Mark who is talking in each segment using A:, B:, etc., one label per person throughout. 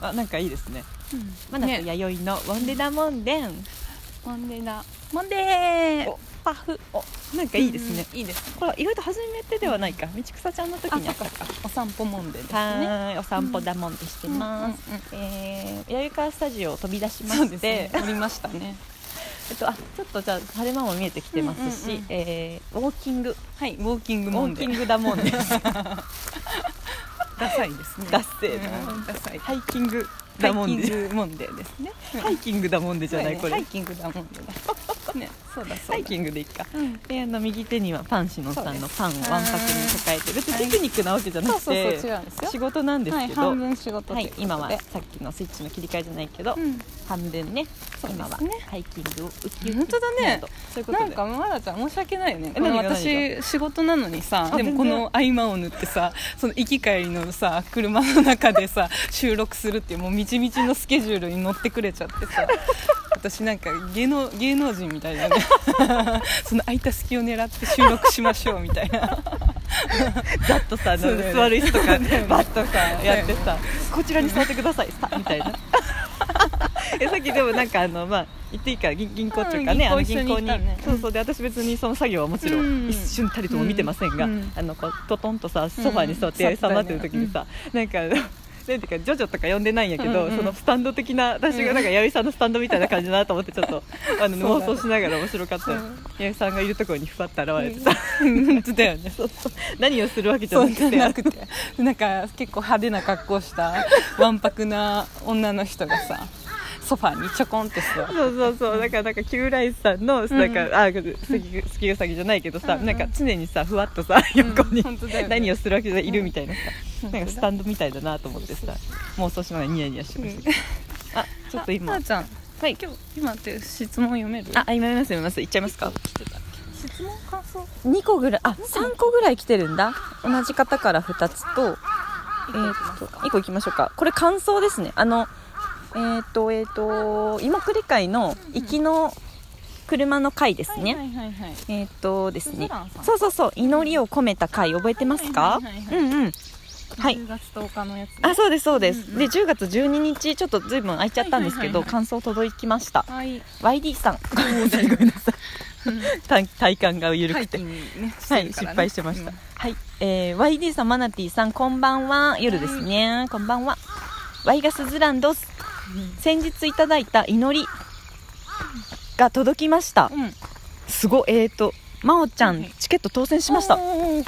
A: あなんかいいですね
B: うん
A: マナと弥生のワンデダモンデン、
B: モンデーだモンデー
A: おパフおなんかいいですね、
B: うんいいです
A: これ意外と初めてではないか道草ちゃんの時にあったか
B: お散歩モンデーですね
A: はーいお散歩だもんでしてます、
B: うんうん
A: えー、弥生川スタジオを飛び出しま
B: そう
A: して
B: ですね降りましたね
A: えっと、あちょっとじゃあ晴れ間も見えてきてますし、
B: うんうんうん
A: えーウォーキング
B: はいウォーキン
A: ウ
B: グモ
A: ォー
B: ンデ
A: キ
B: ー
A: ングだもん です
B: ダサいですね
A: ダッセーな
B: うんダサい
A: ハイキング
B: ハ
A: だ
B: イ
A: も
B: キ
A: ん
B: ン
A: で
B: グモンデーですね
A: ハイキングだもんでじゃない、これ、
B: ハイキングだもんでだね そうだそ
A: ハ
B: う
A: イ
B: だ
A: キングでいいか
B: うん
A: であの右手にはパンシノさんのパンをわんぱくに抱えて別
B: は
A: に
B: い
A: ピクニックなわけじゃなく
B: そうそうそう
A: て
B: 違うんですよ
A: 仕事なんです
B: はい
A: けど、は
B: 半
A: い
B: 分仕事ということで
A: 今はさっきのスイッチの切り替えじゃないけど、
B: うん
A: 半分ね
B: そうですね
A: 今はハイキングをウキウキ
B: 本当だね
A: モードそういうことで
B: なんかまだちゃん申し訳ないよね
A: え
B: この
A: 何が何
B: 私仕事なのにさ
A: あ
B: でもこの合間を縫ってさその行き帰りのさ車の中で さ収録するっていうもうみちみちのスケジュールに乗ってくれちゃってさ私なんか芸能芸能人みたい だねその空いた隙を狙って収録しましょうみたいな
A: ざっとさ、あ
B: そう
A: の
B: だよね
A: 座る椅子とか、
B: そうだよね
A: バッとかやってさ、こちらに座ってください、さみたいな。 えさっきでもなんかあのまあ言っていいから銀銀行っていうかね、
B: うん
A: あの
B: 銀行
A: 銀行に
B: 一緒に行ったね
A: そうそうで私別にその作業はもちろ
B: うん
A: ん一瞬たりとも見てませんが、
B: うん
A: あのこうトトンとさソファーに座っ
B: うん
A: てさまってる時にさ、なんかあの。 なんていうかジョジョとか呼んでないんやけど、
B: うんうん
A: そのスタンド的な私がなんか弥生さんのスタンドみたいな感じだなと思ってちょっとあの
B: そうだね
A: 妄想しながら面白かった、
B: うん
A: 弥生さんがいるところにふわっと現れてさ、
B: 本当だよね
A: そうそう 何をするわけじゃ
B: そ
A: な
B: う
A: く
B: じゃ
A: て
B: なくてなんか結構派手な格好したわんぱくな女の人がさソファーにちょこんって座って
A: そうそうそうだからなんかキューライスさんのなんか、あスキスキウサギじゃないけどさ、
B: うんうん
A: なんか常にさふわっとさ横に、
B: 本当だよね
A: 何をするわけじゃないいるみたいなさ、
B: うん
A: なんかスタンドみたいだなと思ってさ妄想しながらニヤニヤしてましたけど、あちょっと今
B: あ
A: あ
B: ーちゃん
A: はい
B: 今日今って質問読める
A: 今読みます読みますいっちゃいますか
B: 質問感想
A: 2個ぐらいあ3個ぐらい来てるんだ同じ方から2つとえーっと1個いきましょうかこれ感想ですねあのえーっとえーっと今繰り会の行きの車の会ですね、
B: はいはいはいはい
A: えーっとです
B: スズ
A: ね
B: ランさん
A: そうそうそう祈りを込めた回覚えてますか
B: はいはいは
A: う
B: い
A: んうんはい
B: 10月10日のやつね
A: あそうですそうです、
B: うんうん
A: で10月12日ちょっとずいぶん空いちゃったんですけど、
B: はいはいはいはい
A: 感想届きました
B: はい
A: YD さんごめんなさい ごめんなさい体体感が緩
B: ハ
A: く
B: イ
A: て
B: キングねし
A: は
B: て
A: い、
B: るか
A: 失
B: らね
A: 敗してました。
B: うん
A: はい、えー、YD さん、マナティさん、こんばんは。夜ですね。こんばんは。ワイガスズランドス。先日いただいた祈りが届きました。
B: うん
A: すごい、えーと、まおちゃ
B: は
A: ん
B: い、
A: チケット当選しました。
B: おー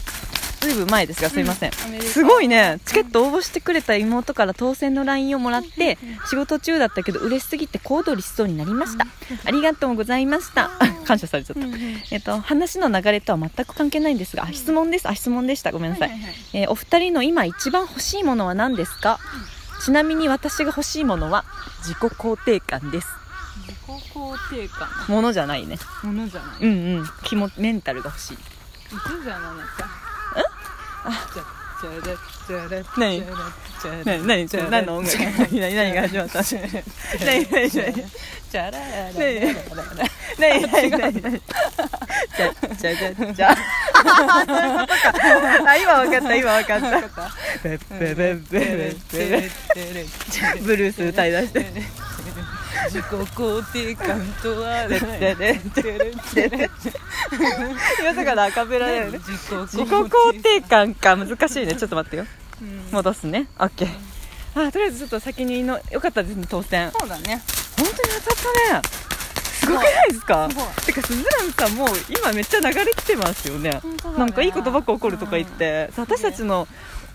A: ずいぶん前ですが、すいません。
B: うんおめでとう
A: すごいねチケット応募してくれた妹から当選の LINE をもらって
B: うん
A: 仕事中だったけど嬉しすぎて小躍りしそうになりましたありがとうございました 感謝されちゃっ
B: う
A: た
B: んうんはい
A: えっと、話の流れとは全く関係ないんですが、あ質問ですあ質問でしたごめんなさい、
B: はいはい
A: えーお二人の今一番欲しいものは何ですか、ちなみに私が欲しいものは自己肯定感です
B: 自己肯定感
A: ものじゃないね
B: ものじゃないうい
A: んうん気もメンタルが欲 しい
B: つじゃなのかじゃじゃらじゃら
A: 何
B: じゃらじゃら
A: 何何ちょ何の音楽何何何が始まった何何
B: じゃら
A: 何
B: じゃらら
A: ねえ
B: ららら
A: 何何何何じゃじゃじゃじゃそういうことかあ今わかった今わかったベッベベッベベッベベッブルース歌いだして
B: 自己肯定感とは
A: ででででで今だからアカペラだよね
B: 自己肯
A: 自己肯定感か難しいねちょっと待ってよ戻すね OK あとりあえずちょっと先にのよかったですね当選
B: そうだね
A: 本当に当たったねすごくないですか
B: すごい
A: てかスズランさんもう今めっちゃ流れ来てますよね
B: 本当だね
A: なんかいいことばっか起こるとか言って、私たちの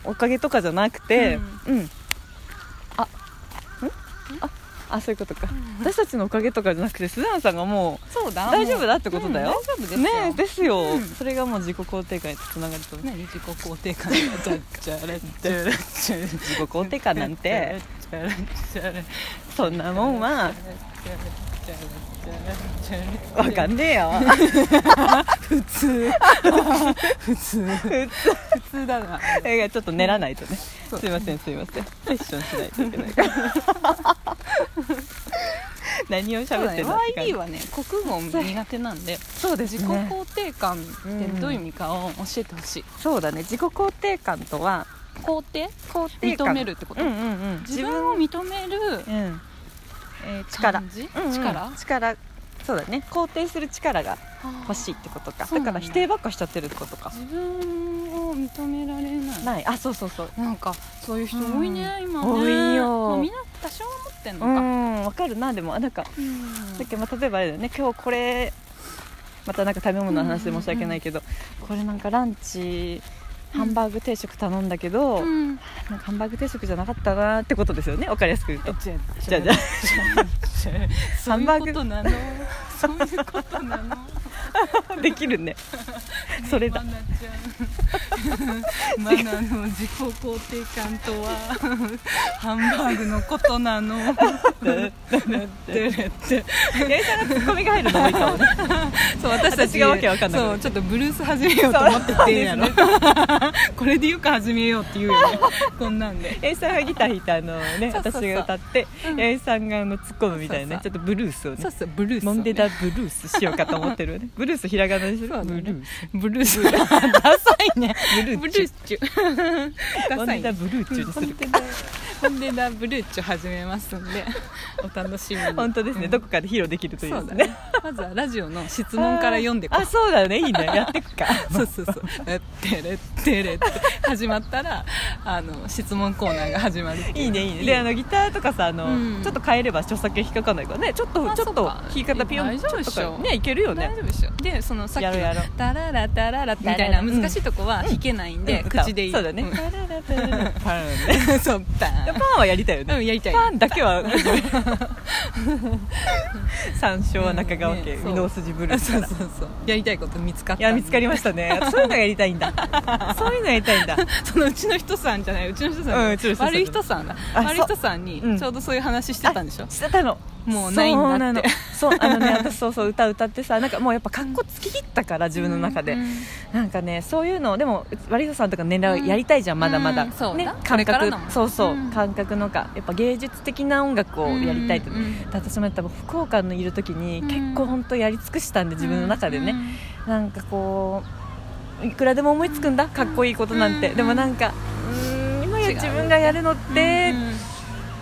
A: おかげとかじゃなくてうん、あんああそういうことか、私たちのおかげとかじゃなくてスズランさんがもう
B: そうだ
A: 大丈夫だってことだよ、
B: うん大丈夫ですよ
A: ねえですよ、
B: うん
A: それがもう自己肯定感につながると思う
B: 何自己肯定感じゃらじゃらじゃら
A: 自己肯定感なんて
B: じゃらじゃらじゃら
A: そんなもんは
B: じゃら
A: わかんねえよ
B: 普通普通普通だな
A: 映画ちょっと練らないとね
B: そう
A: すいませんすいませんセッションしないといけないから 何を
B: そう
A: 喋
B: だ
A: って
B: ね
A: んだって感
B: YD
A: じ
B: はね国語苦手なんで
A: そうです
B: 自己肯定感ってどういう意味かを教えてほしい、
A: そうだね自己肯定感とは
B: 肯定
A: 肯定
B: 認
A: 感
B: めるってこと、
A: うんうんうん
B: 自分を認める
A: うんえー力
B: 感じ、
A: うんうん
B: 力
A: 力そうだね肯定する力が欲し
B: い
A: いってことか
B: そう
A: だ
B: なんだ
A: から否定ばっかしちゃってるってことか
B: 自分を認められない
A: ないあそうそうそう
B: なんかそういう人多いね、今ね
A: 多いよ
B: まあみんな多少は持ってんの
A: う
B: か、
A: んわかるなでもあなんか
B: うん
A: だっけまあ例えばあれだよね今日これまたなんか食べ物の話で申し訳ないけど、これなんかランチ
B: うん
A: ハンバーグ定食頼んだけど、
B: うん
A: なんかハンバーグ定食じゃなかったなってことですよねわかりやすく言う
B: え
A: と
B: じゃあ
A: じゃあじゃあ
B: じゃあ
A: ハ
B: そうい
A: ンバー
B: うこ
A: グ
B: となのそういうことなの
A: できるねそれだ
B: マナちゃんマナの自己肯定感とはハンバーグのことなのてれって
A: 八重さんがツッコミが入るのもいいかもね
B: そう私た
A: 私
B: ち
A: がわけわかんなくなる
B: そうちょっとブルース始めようと思っててんやろ、これでよく始めようって言うよねこんなんで
A: 八重さんがギター弾いたあのね
B: そうそうそう
A: 私が歌って、
B: うん
A: 八重さんがあの突っ込むみたいなね
B: そ
A: ちょっとブルースをね
B: そうそうブルース
A: モンデダブルースしようかと思ってるよねブルースひらがなでしょ、
B: そうだね
A: ブルース
B: ブルースダサいね
A: ブル
B: ブ
A: ー
B: ル
A: チュ
B: ーチュ
A: モン
B: ダサ
A: デ
B: い
A: ダ
B: ね
A: ブルーチュにするか
B: モンデダブルーチュ始めますんでお楽しみに
A: 本当ですね、
B: うん
A: どこかで披露できるといい
B: そ
A: です
B: うだ
A: ね
B: ねまずはラジオの質問から読んでこ
A: あそうだねいいねやってくか
B: うそうそうそう「えってれってれ」って始まったらあの質問コーナーが始まるって
A: いいねいいね
B: いい
A: であのギターとかさあの、
B: うん
A: ちょっと変えれば著作権引っかかんないからねちょっと
B: あ
A: ちょっと
B: そっか
A: 弾き方ピヨン
B: 大
A: ち
B: 丈夫
A: ょっ
B: っし
A: と
B: ょ
A: かねいけるよ
B: 大
A: ね
B: 丈夫でしょでそのさっき
A: やろうやろう
B: の「タララタララ」みたいな難しいとこは弾けないんで、
A: うん歌を
B: 口で言
A: そうだね、パララパララパララね
B: うんそうバ
A: パ
B: ーン
A: ンはやりたいよね、
B: うんやりたい
A: パンだけは 山椒は中川家
B: うんねそう
A: 御堂筋ブルース か
B: そう
A: ら
B: そうそうやりたいこと見つかっ
A: い
B: た
A: や見つかり
B: ま
A: ましたねそういうのがやりたいんだそういうのやりたいんだ
B: すそのうちの人さんじゃないうちの人さんじゃない、
A: うんうちの人さん
B: 悪い人さんだ
A: あ
B: 悪い人
A: そ
B: さん
A: うう
B: に
A: ん
B: ちょうどそういう話してたんでしょ、
A: あしてたの
B: もうないんだって
A: そうなのそうあのね 私そうそう歌歌ってさなんかもうやっぱ格好つき切ったから自分の中で、
B: うん
A: なんかねそういうのでも割とさんとか年代はやりたいじゃん、
B: うん
A: まだまだ、
B: うんそう
A: ね
B: だこ
A: 感
B: れから
A: 覚
B: だもん
A: そうそう、
B: うん
A: 感覚のかやっぱ芸術的な音楽をやりたいと、
B: うんうん
A: で私もやっぱ福岡にいる時に
B: うん
A: 結構本当やり尽くしたんで自分の中でね、
B: うん
A: なんかこういくらでも思いつくんだかっこいいことなんて、
B: うん
A: でもなんかうーん今や自分がやるのって
B: うん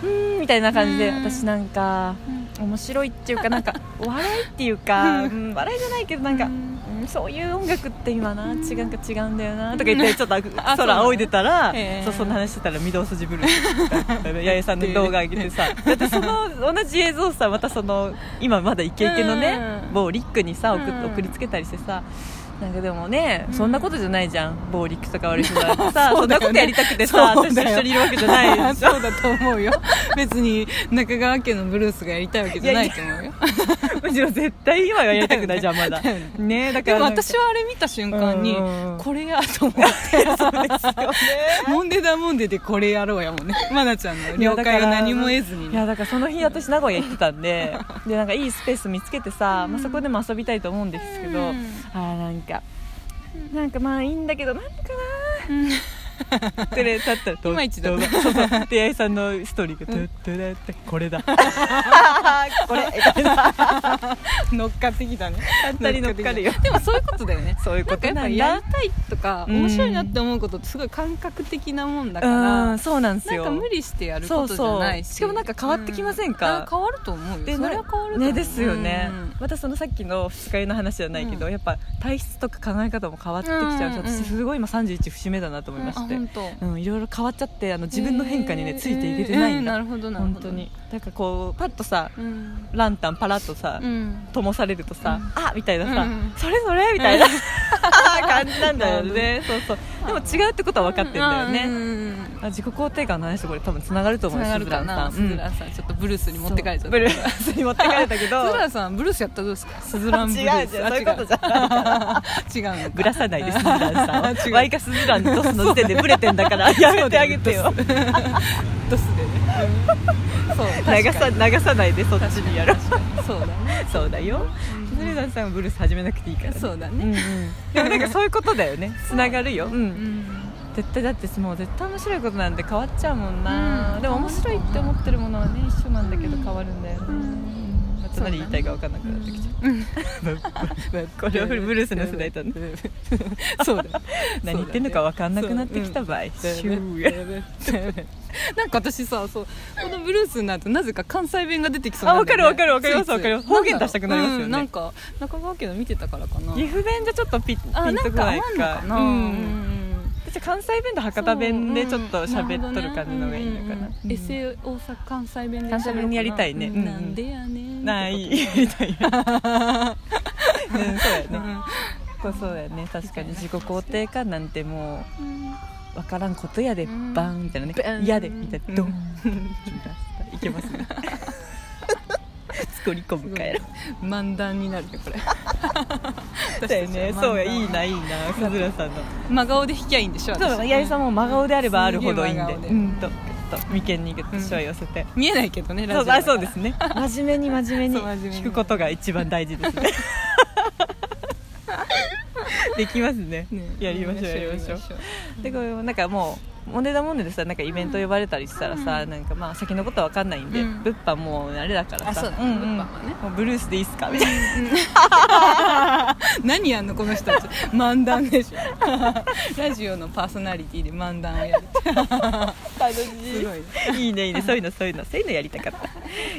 A: うーんみたいな感じで
B: うん
A: 私なんか
B: うん
A: 面白いっていうかなん か笑いっていうか、
B: う
A: うん笑いじゃないけどなんか、
B: う
A: うんそういう音楽って今な違うか違うんだよなとか言ってちょっと
B: あそうな
A: 空
B: の
A: 仰いでたらそう、
B: へー
A: そんな話してたら御堂筋ブルーとか八重さんの動画上げてさだってその同じ映像さまたその今まだイケイケのね
B: うん
A: 某リックにさ送,、
B: うん
A: 送りつけたりしてさなんかでもね、
B: うん
A: そんなことじゃないじゃん某リックとか悪い人だってさそ,、
B: そうだ
A: んな
B: よね
A: ことやりたくてさ
B: そう
A: 私と
B: だよ
A: 一緒にいるわけじゃないでしょ
B: そうだと思うよ別に中川家のブルースがやりたいわけじゃないと思う よ
A: むしろ絶対今はやりたくないじゃんまだ
B: だよね
A: ねだか
B: で
A: ら
B: も
A: なんか
B: 私はあれ見た瞬間に
A: うん
B: これやと思ってモンデダモンデでこれやろうやもんね愛菜ちゃんの
A: いや
B: 了
A: だから
B: 解を何も得ずに
A: いやだからその日私名古屋行ってたんででなんかいいスペース見つけてさ、まあ、そこでも遊びたいと思うんですけど、
B: う
A: あ
B: ん
A: ーなんかなんかまあいいんだけどなんか
B: うん
A: なってねだったらと
B: いまいちだ
A: と
B: ね
A: そうそうで八重さんのストーリーが「とっとだってこれだ」これ
B: 乗っかってきたね
A: たり乗っかるよ
B: でもそういうことだよね
A: そういう
B: な
A: こ
B: んか
A: と
B: やっ
A: な
B: ぱ
A: ん
B: や
A: だ
B: りたいとか
A: うん
B: 面白いなって思うことってすごい感覚的なもんだか
A: う
B: ら
A: んそうなんです
B: なん
A: よ
B: か無理してやることじゃない
A: そうそう
B: し
A: しかもなんか変わってきませんか
B: うあ変わると思うよそれ
A: な
B: は変わると思う
A: ねですよね、
B: うん
A: またそのさっきの二日酔いの話じゃないけど、
B: うん
A: やっぱ体質とか考え方も変わってきちゃうし、
B: うんうん
A: 私すごい今31節目だなと思いまして、
B: あ
A: う
B: 本
A: ん
B: 当
A: いろいろ変わっちゃってあの自分の変化にね、ついていけてないん
B: えーえーな
A: だ、
B: るほどなるほ
A: 本
B: ど
A: 当になんかこうパッとさ
B: うん、
A: ランタンパラッとさ、
B: うん、
A: 灯されるとさ、
B: うん
A: あみたいなさ、
B: うんうん
A: それそれみたいな、感じなんだよねそうそうでも違うってことは分かってんだよね、
B: うんうんうん
A: あ自己肯定感の話とこれ多分つながると
B: つ
A: 思うよ
B: ながる
A: スズラ
B: か
A: ンさ
B: なんスズランさんちょっとブルースに持って帰っちゃ
A: そう
B: った
A: ブルースに持って帰れたけど
B: スズランさんブルースやったらどうですかスズランブルース
A: 違う違う
B: あ
A: そういうことじゃない
B: 違う違うのか
A: ぶらさないです、スズラン さん
B: 違
A: は。
B: う
A: ワイカスズランとその時点でブレてんだ から、やめてあげてよ。
B: ドスでねうんそう
A: 流
B: 確
A: さ
B: か
A: 流さないで、そっちにやろう。
B: にそうだね
A: そうだよ。スズランさんはブルース始めなくていいからね。
B: そうだ
A: う
B: ね
A: んうん。でもなんかそういうことだよね。つながるよ。う。
B: うんん
A: 絶対だってもう絶対面白いことなんて変わっちゃうもんな。
B: うん
A: でも面白いって思ってるものはね、一緒なんだけど変わるんだよね。うん
B: ちょっと何言いたいか分かんなくなってきちゃう、
A: これはブルースの世代だね
B: そうだよ
A: 何言ってんのか分かんなくなってきたばい
B: だよね
A: シュー
B: なんか私さそうこのブルースになるとなぜか関西弁が出てきそう
A: あ
B: なん
A: 分
B: だ
A: か
B: よ
A: る分かる分か
B: ね
A: ります
B: ついつい
A: 分かります方言出したくなりますよね
B: うんなんか中川家の見てたからかな
A: 岐阜弁じゃちょっとピ
B: あ
A: ピンとこないか
B: んか合わんのかな
A: うん
B: うん
A: 私関西弁と博多弁でちょっと喋っとる感じの方がいいのか
B: うんうん
A: な
B: うんうんエセ大阪関西弁で
A: 関西弁でやりたいね
B: うん
A: うん
B: なんでやねん
A: ないやりたいうんそうやねこうそうやね確かに自己肯定感なんてもう分からんことやでバ
B: うん
A: ーンみたいなね
B: バーン
A: 嫌でみたいなドン
B: う
A: いけます ね作り込むかやろ
B: 漫談になるね これ
A: そうやねそうやいい
B: な
A: ないいなカズラさんの
B: 真顔で弾きゃいいんでしょ
A: そう
B: 私
A: 八重さんも真顔であればあるほどいいん
B: す
A: で
B: げえ真顔で
A: うんとちょっと眉間にグッとしわ寄せて、
B: 見えないけどね
A: そ
B: ラ
A: う
B: ジオだ
A: あ
B: か
A: そ
B: ら
A: うですね真面目に真面目に
B: そう真面目に
A: 聞くことが一番大事ですね できますね
B: ね
A: やりましょうやりましょう
B: やりま
A: でこれなんかもうモネダモネでさなんかイベント呼ばれたりしたらさ、なんかまあ先のことは分かんないんで、
B: うん
A: 物販もうあれだからさ
B: あそうだね
A: んん
B: 物販はね
A: もうブルースでいいっすかみたいな
B: 何やんのこの人たち 漫談でしょ ラジオのパーソナリティで漫談をやる
A: 楽し
B: すごいね
A: いいいねいいねそういうのそういうのそういうのやりたかっ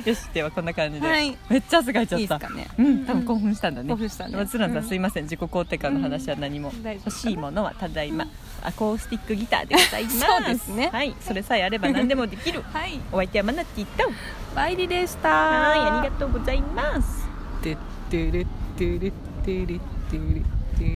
A: たよしではこんな感じで、
B: はい
A: めっちゃ汗かいちゃった
B: いいですかね
A: うん、多分興奮したんだね。
B: 興奮したね
A: まあつらんさん、
B: うん
A: すいません、自己肯定感の話は何も
B: う。ん大丈夫
A: 欲しいものはただいま、アコースティックギターでございます。
B: そうですね
A: はい、それさえあれば何でもでき る。
B: はい
A: お相手はマナティと。は
B: バイリでした
A: い、ありがとうございます。
B: てってれってれってれってれ